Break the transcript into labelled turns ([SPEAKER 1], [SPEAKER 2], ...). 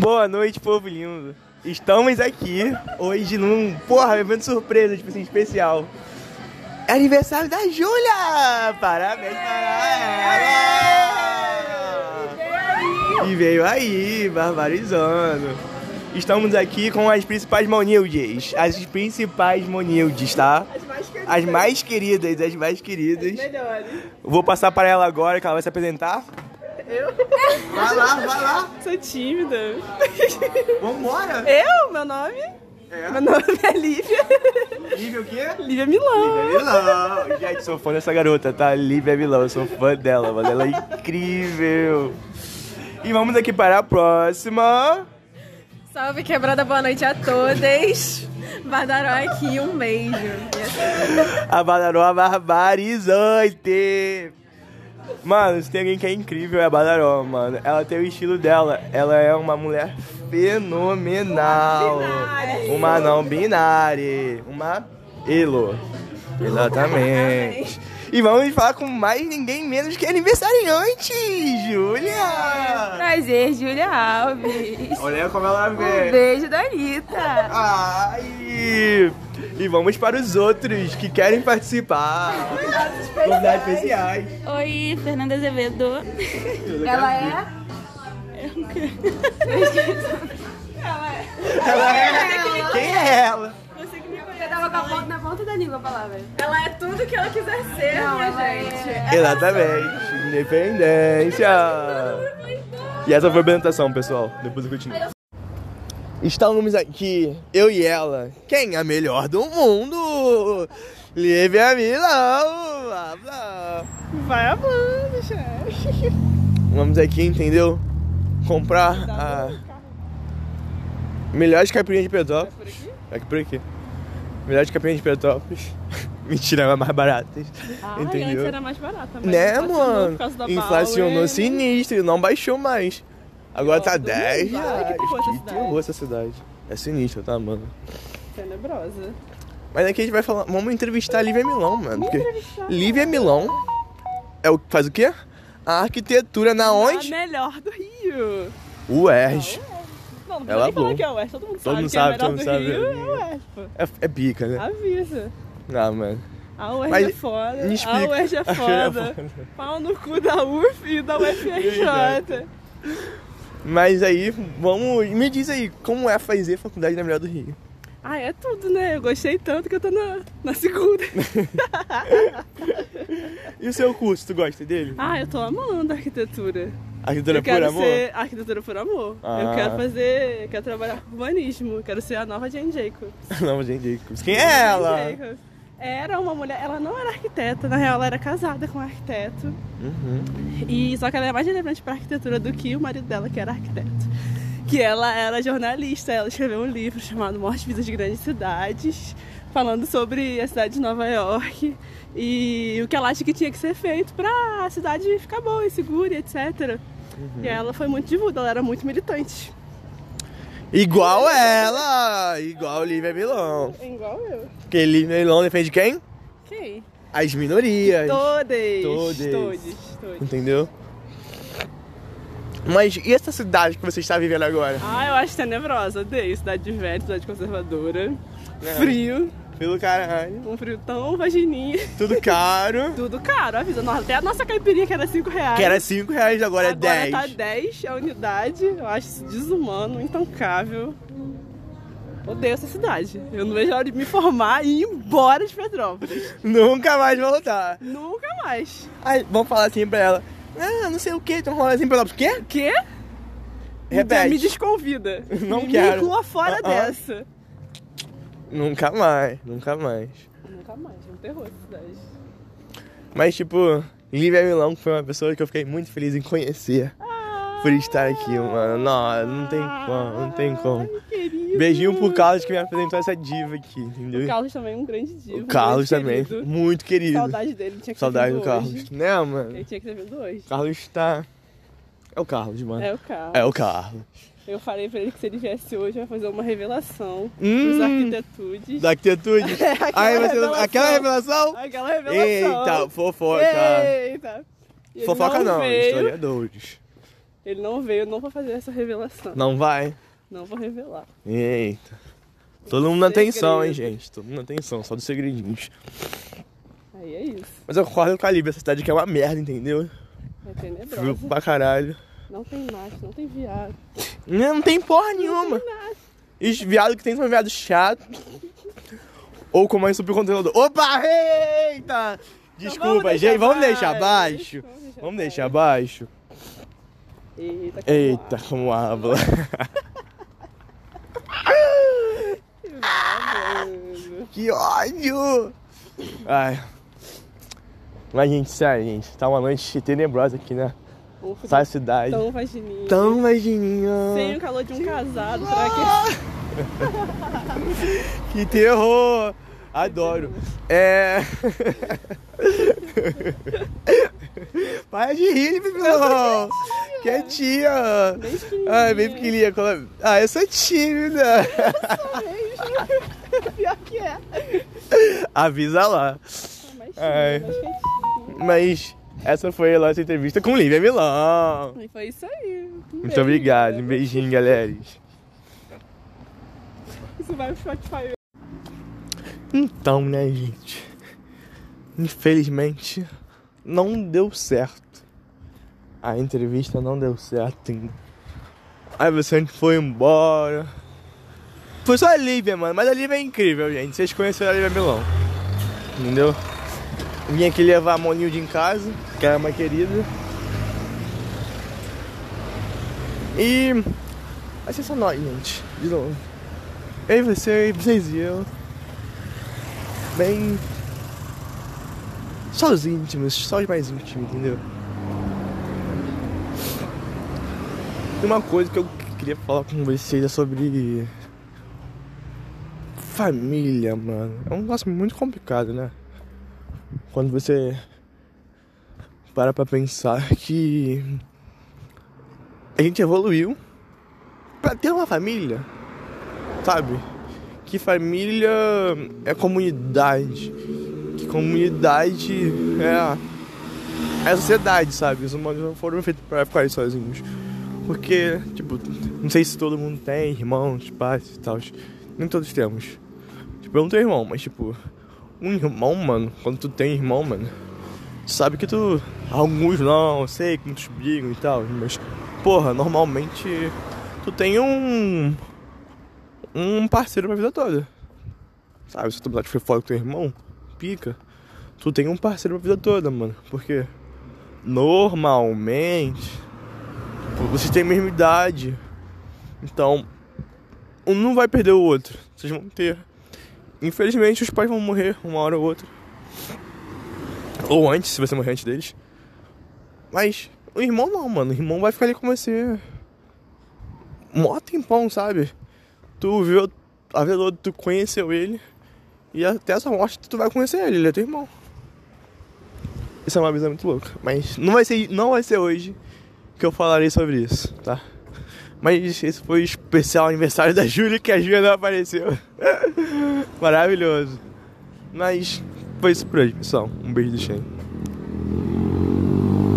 [SPEAKER 1] Boa noite, povo lindo. Estamos aqui hoje num, porra, evento surpresa, tipo assim, especial. É aniversário da Júlia! Parabéns para ela! E veio aí, barbarizando. Estamos aqui com as principais monildes. As principais monildes, tá?
[SPEAKER 2] As mais
[SPEAKER 1] As mais queridas,
[SPEAKER 2] queridas.
[SPEAKER 1] as mais queridas.
[SPEAKER 2] Melhores.
[SPEAKER 1] Vou passar para ela agora, que ela vai se apresentar.
[SPEAKER 2] Eu?
[SPEAKER 1] Vai lá, vai lá!
[SPEAKER 2] Sou tímida.
[SPEAKER 1] Vambora!
[SPEAKER 2] Eu? Meu nome?
[SPEAKER 1] É.
[SPEAKER 2] Meu nome é Lívia.
[SPEAKER 1] Nível o quê?
[SPEAKER 2] Lívia Milão.
[SPEAKER 1] Lívia Vilão! Gente, sou fã dessa garota, tá? Lívia Vilão, eu sou fã dela, mano. Ela é incrível! E vamos aqui para a próxima.
[SPEAKER 3] Salve, quebrada, boa noite a todas. Badaró aqui, um beijo. E assim,
[SPEAKER 1] A Badaró Barbarizante! Mano, se tem alguém que é incrível é a Badaró, mano. Ela tem o estilo dela. Ela é uma mulher fenomenal.
[SPEAKER 2] binária.
[SPEAKER 1] Uma não binária. Uma elo. Exatamente. E vamos falar com mais ninguém menos que aniversariante, Júlia!
[SPEAKER 3] Prazer, Júlia Alves.
[SPEAKER 1] Olha como ela
[SPEAKER 3] Um
[SPEAKER 1] vem.
[SPEAKER 3] beijo da Anitta.
[SPEAKER 1] Ai! E vamos para os outros que querem participar. Convidados especiais.
[SPEAKER 4] Oi, Fernanda Azevedo.
[SPEAKER 3] Ela é?
[SPEAKER 1] Ela é. Quem é ela?
[SPEAKER 3] Eu tava com a ponta, na ponta da língua a palavra. Ela é tudo que ela quiser ser, Não, ela é. gente.
[SPEAKER 1] Exatamente. Independência. E essa foi a apresentação, pessoal. Depois eu continuo. Estamos aqui, eu e ela. Quem é a melhor do mundo? Lívia Milão. Blá, blá.
[SPEAKER 2] Vai amando, chefe.
[SPEAKER 1] Vamos aqui, entendeu? Comprar a melhor de caipirinha de Petrópolis. É aqui por aqui. Melhor de caipirinha de Petrópolis. Mentira, é mais baratas.
[SPEAKER 2] Ah, antes
[SPEAKER 1] entendeu?
[SPEAKER 2] era mais barata. Mas
[SPEAKER 1] Né,
[SPEAKER 2] inflacionou
[SPEAKER 1] mano?
[SPEAKER 2] Por causa da
[SPEAKER 1] Inflacionou
[SPEAKER 3] né?
[SPEAKER 2] Bauer. né?
[SPEAKER 1] sinistro e não baixou mais. Agora tá
[SPEAKER 2] do
[SPEAKER 1] 10
[SPEAKER 2] mundo. Olha
[SPEAKER 1] reais.
[SPEAKER 2] que terror essa
[SPEAKER 1] Que
[SPEAKER 2] cidade.
[SPEAKER 1] terror essa cidade. É sinistro, tá, mano?
[SPEAKER 2] Tenebrosa.
[SPEAKER 1] Mas aqui a gente vai falar. Vamos entrevistar a Lívia Milão, mano. Porque Lívia Milão é o faz o quê? A arquitetura na
[SPEAKER 2] A
[SPEAKER 1] onde?
[SPEAKER 2] melhor do Rio.
[SPEAKER 1] UERJ.
[SPEAKER 2] Não, não
[SPEAKER 1] Ela
[SPEAKER 2] precisa nem falar
[SPEAKER 1] é
[SPEAKER 2] que é o West. Todo mundo
[SPEAKER 1] Todo
[SPEAKER 2] sabe
[SPEAKER 1] mundo
[SPEAKER 2] que é a
[SPEAKER 1] sabe,
[SPEAKER 2] melhor
[SPEAKER 1] todo
[SPEAKER 2] do
[SPEAKER 1] mundo sabe.
[SPEAKER 2] Rio é o West, pô.
[SPEAKER 1] É, é bica, né?
[SPEAKER 2] Avisa.
[SPEAKER 1] Ah, mano.
[SPEAKER 2] A UERJ
[SPEAKER 1] Mas
[SPEAKER 2] é foda.
[SPEAKER 1] me explica.
[SPEAKER 2] A UERJ é
[SPEAKER 1] A UERJ é
[SPEAKER 2] foda. Pau no cu da UF e da é UFRJ.
[SPEAKER 1] Mas aí, vamos. Me diz aí, como é fazer faculdade na melhor do Rio?
[SPEAKER 2] Ah, é tudo, né? Eu gostei tanto que eu tô na, na segunda.
[SPEAKER 1] E o seu curso, tu gosta dele?
[SPEAKER 2] ah, eu tô amando a arquitetura.
[SPEAKER 1] Arquitetura
[SPEAKER 2] eu quero
[SPEAKER 1] por amor?
[SPEAKER 2] ser arquitetura por amor.
[SPEAKER 1] Ah.
[SPEAKER 2] Eu quero fazer. Quero trabalhar com urbanismo. Eu Quero ser a nova Jane Jacobs.
[SPEAKER 1] Não, gente. Quem é ela?
[SPEAKER 2] Jane Jacobs. Era uma mulher, ela não era arquiteta, na real ela era casada com um arquiteto.
[SPEAKER 1] Uhum.
[SPEAKER 2] E só que ela é mais relevante pra arquitetura do que o marido dela, que era arquiteto. Que ela era jornalista, ela escreveu um livro chamado Morte e Vidas de Grandes Cidades, falando sobre a cidade de Nova York e o que ela acha que tinha que ser feito pra a cidade ficar boa e segura, e etc.
[SPEAKER 1] Uhum.
[SPEAKER 2] E ela foi muito de divuda, ela era muito militante.
[SPEAKER 1] Igual ela! Igual Lívia Milão.
[SPEAKER 2] É Igual eu.
[SPEAKER 1] Porque Lívia Milão defende quem?
[SPEAKER 2] Quem?
[SPEAKER 1] As minorias.
[SPEAKER 2] Então- Todes.
[SPEAKER 1] Todes. Então,
[SPEAKER 2] Todes. Todes.
[SPEAKER 1] Entendeu? Mas e essa cidade que você está vivendo agora?
[SPEAKER 2] Ah, eu acho tenebrosa, odeio. Cidade velha, cidade conservadora.
[SPEAKER 1] É.
[SPEAKER 2] Frio.
[SPEAKER 1] Pelo caralho.
[SPEAKER 2] Um frio tão vagininha.
[SPEAKER 1] Tudo caro.
[SPEAKER 2] Tudo caro, avisa. Nossa, Até a nossa caipirinha que era 5 reais.
[SPEAKER 1] que era 5 reais, agora,
[SPEAKER 2] agora
[SPEAKER 1] é 10.
[SPEAKER 2] tá 10 a unidade. Eu acho isso desumano, intancável. Odeio essa cidade. Eu não vejo a hora de me formar e ir embora de Petrópolis.
[SPEAKER 1] Nunca mais voltar.
[SPEAKER 2] Nunca mais.
[SPEAKER 1] Aí vamos falar assim pra ela. Ah, não sei o que, estão rolando assim pela. O quê?
[SPEAKER 2] O quê? Me
[SPEAKER 1] Repete.
[SPEAKER 2] desconvida.
[SPEAKER 1] Não
[SPEAKER 2] me
[SPEAKER 1] quero.
[SPEAKER 2] Me inclua fora
[SPEAKER 1] Ah, ah.
[SPEAKER 2] dessa.
[SPEAKER 1] Nunca mais, nunca mais.
[SPEAKER 2] Nunca mais. É um terror essa cidade.
[SPEAKER 1] Mas, tipo, Lívia Milão foi uma pessoa que eu fiquei muito feliz em conhecer. Por estar aqui, mano. Não, Ah, não tem como, não tem como.
[SPEAKER 2] Ai, querido.
[SPEAKER 1] Beijinho pro Carlos que me apresentou essa diva aqui, entendeu?
[SPEAKER 2] O Carlos também é um grande divo.
[SPEAKER 1] O
[SPEAKER 2] um
[SPEAKER 1] Carlos
[SPEAKER 2] grande
[SPEAKER 1] também,
[SPEAKER 2] querido.
[SPEAKER 1] muito querido. Saudade,
[SPEAKER 2] Saudade dele, tinha que ter
[SPEAKER 1] do
[SPEAKER 2] vindo
[SPEAKER 1] Carlos.
[SPEAKER 2] hoje. É.
[SPEAKER 1] Né, mano?
[SPEAKER 2] Ele tinha que ter vindo hoje.
[SPEAKER 1] O Carlos tá. É o Carlos, mano.
[SPEAKER 2] É o Carlos.
[SPEAKER 1] É o Carlos.
[SPEAKER 2] Eu falei pra ele que se ele viesse hoje, eu ia fazer uma revelação
[SPEAKER 1] Hum.
[SPEAKER 2] dos arquitetudes.
[SPEAKER 1] Da arquitetude.
[SPEAKER 2] Aquela
[SPEAKER 1] Aí você.
[SPEAKER 2] revelação.
[SPEAKER 1] Aquela revelação?
[SPEAKER 2] Aquela revelação.
[SPEAKER 1] Eita, fofoca.
[SPEAKER 2] Eita. E ele
[SPEAKER 1] Fofoca não,
[SPEAKER 2] veio.
[SPEAKER 1] historiadores.
[SPEAKER 2] Ele não veio, não vou fazer essa revelação.
[SPEAKER 1] Não vai?
[SPEAKER 2] Não vou revelar.
[SPEAKER 1] Eita. Todo mundo na atenção, hein,
[SPEAKER 2] Segredo.
[SPEAKER 1] gente? Todo mundo na atenção, só dos segredinhos.
[SPEAKER 2] Aí é isso.
[SPEAKER 1] Mas eu concordo com a Lívia, essa cidade aqui é uma merda, entendeu?
[SPEAKER 2] É tenebrosa.
[SPEAKER 1] Frio pra caralho. Né,
[SPEAKER 2] Não tem macho, não tem viado.
[SPEAKER 1] Não, não tem porra nenhuma. E os viados que tem são viados chato. Ou como é subir o conteúdo. Opa, eita! Desculpa,
[SPEAKER 2] vamos
[SPEAKER 1] gente,
[SPEAKER 2] deixar
[SPEAKER 1] Então vamos deixar
[SPEAKER 2] abaixo.
[SPEAKER 1] abaixo.
[SPEAKER 2] Vamos deixar
[SPEAKER 1] Vamos deixar abaixo.
[SPEAKER 2] Eita, que
[SPEAKER 1] Eita,
[SPEAKER 2] macho.
[SPEAKER 1] como habla. Que ódio! Ai. Mas, gente, sério, gente. Tá uma noite tenebrosa aqui, né?
[SPEAKER 2] Um frio
[SPEAKER 1] Essa cidade.
[SPEAKER 2] tão vagininho.
[SPEAKER 1] Tão vagininha.
[SPEAKER 2] Sem o calor de um casado, será que...
[SPEAKER 1] Que terror! Adoro. É. Para de rir, Bibilão! Que é tia!
[SPEAKER 2] é
[SPEAKER 1] Ai, bem pequenininha. cola- Ah, eu sou tímida!
[SPEAKER 2] Pior que é. Tá
[SPEAKER 1] Avisa lá.
[SPEAKER 2] Mas
[SPEAKER 1] Ai.
[SPEAKER 2] sim, mas quietinho.
[SPEAKER 1] Mas essa foi a nossa entrevista com Lívia Milão.
[SPEAKER 2] E foi isso aí. Um
[SPEAKER 1] Muito
[SPEAKER 2] beijo.
[SPEAKER 1] obrigado. Um beijinho, galera.
[SPEAKER 2] Isso vai pro Spotify.
[SPEAKER 1] Então, né, gente? Infelizmente, não deu certo. A entrevista não deu certo ainda. Aí você foi embora. Foi só a Lívia, mano. Mas a Lívia é incrível, gente. Vocês conheceram a Lívia Milão. Entendeu? Vim aqui levar a Monilde em casa, que é uma querida. E. Vai ser só nós, gente. De novo. Eu e você, vocês e eu bem. Só os íntimos, só os mais íntimos, entendeu? Tem uma coisa que eu queria falar com vocês é sobre. Família, mano. É um negócio muito complicado, né? Quando você. Para pra pensar que. A gente evoluiu pra ter uma família, sabe? que família é comunidade. Que comunidade é é a sociedade, sabe? Os humanos não foram feitos pra ficarem sozinhos. Porque, tipo, não sei se todo mundo tem irmãos, pais e tal. Nem todos temos. Tipo, eu não tenho irmão, mas tipo, um irmão, mano, quando tu tem irmão, mano, tu sabe que tu. Alguns não, eu sei que muitos brigam e tal, mas, porra, normalmente tu tem um um parceiro pra vida toda. Sabe, se tu precisar de foi fora com teu irmão, pica. Tu tem um parceiro pra vida toda, mano. Porque normalmente vocês têm a mesma idade. Então, um não vai perder o outro. Vocês vão ter. Infelizmente os pais vão morrer uma hora ou outra. Ou antes, se você morrer antes deles. Mas o irmão não, mano. O irmão vai ficar ali com você. Mó tempão, sabe? tu viu a vida toda, tu conheceu ele e até a sua morte tu vai conhecer ele, ele é teu irmão. Isso é uma visão muito louca, mas não vai ser, não vai ser hoje que eu falarei sobre isso, tá? Mas esse foi o especial aniversário da Júlia que a Júlia não apareceu. Maravilhoso. Mas foi isso por hoje, pessoal. Um beijo do Shane.